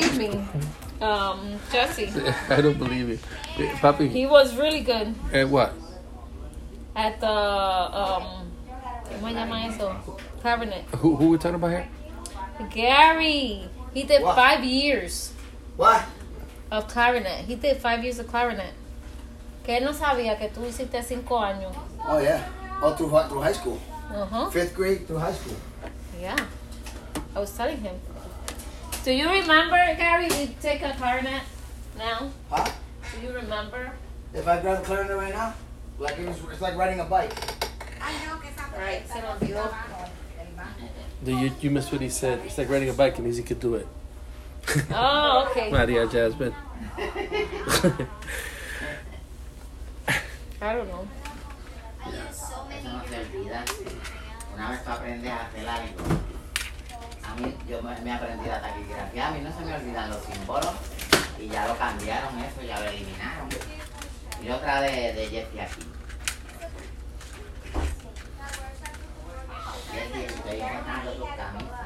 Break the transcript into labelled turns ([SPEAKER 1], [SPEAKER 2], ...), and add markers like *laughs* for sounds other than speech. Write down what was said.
[SPEAKER 1] with me. Um, Jesse.
[SPEAKER 2] *laughs* I don't believe it. Eh, Papi,
[SPEAKER 1] He was really good
[SPEAKER 2] at what?
[SPEAKER 1] at the um ¿cómo se llama eso? Cabinet.
[SPEAKER 2] Who, who we talking about here?
[SPEAKER 1] Gary. He did
[SPEAKER 3] What?
[SPEAKER 1] five years
[SPEAKER 3] What?
[SPEAKER 1] of clarinet. He did five years of clarinet. Que él no sabía que tú hiciste cinco años.
[SPEAKER 3] Oh yeah. All through hi- through high school,
[SPEAKER 1] Uh huh.
[SPEAKER 3] fifth grade through high school.
[SPEAKER 1] Yeah. I was telling him. Do you remember, Gary, you take a clarinet now?
[SPEAKER 3] Huh?
[SPEAKER 1] Do you remember?
[SPEAKER 3] If I grab a clarinet right now, like it was, it's like riding a bike.
[SPEAKER 1] Right, se me olvidó.
[SPEAKER 2] Dude, you, you missed what he said. It's like riding a bike and Easy could do it.
[SPEAKER 1] Oh, okay.
[SPEAKER 2] *laughs*
[SPEAKER 1] *laughs*
[SPEAKER 2] Maria Jasmine.
[SPEAKER 1] I don't know.
[SPEAKER 4] Eso no se olvida. Una vez tú aprendes a hacer algo, a mí, yo me, me aprendí la taquigrafía, a mí no se me olvidan los símbolos y ya lo cambiaron eso, ya lo eliminaron. Y otra de, de Jesse aquí. Jesse, estoy cortando tus camisas.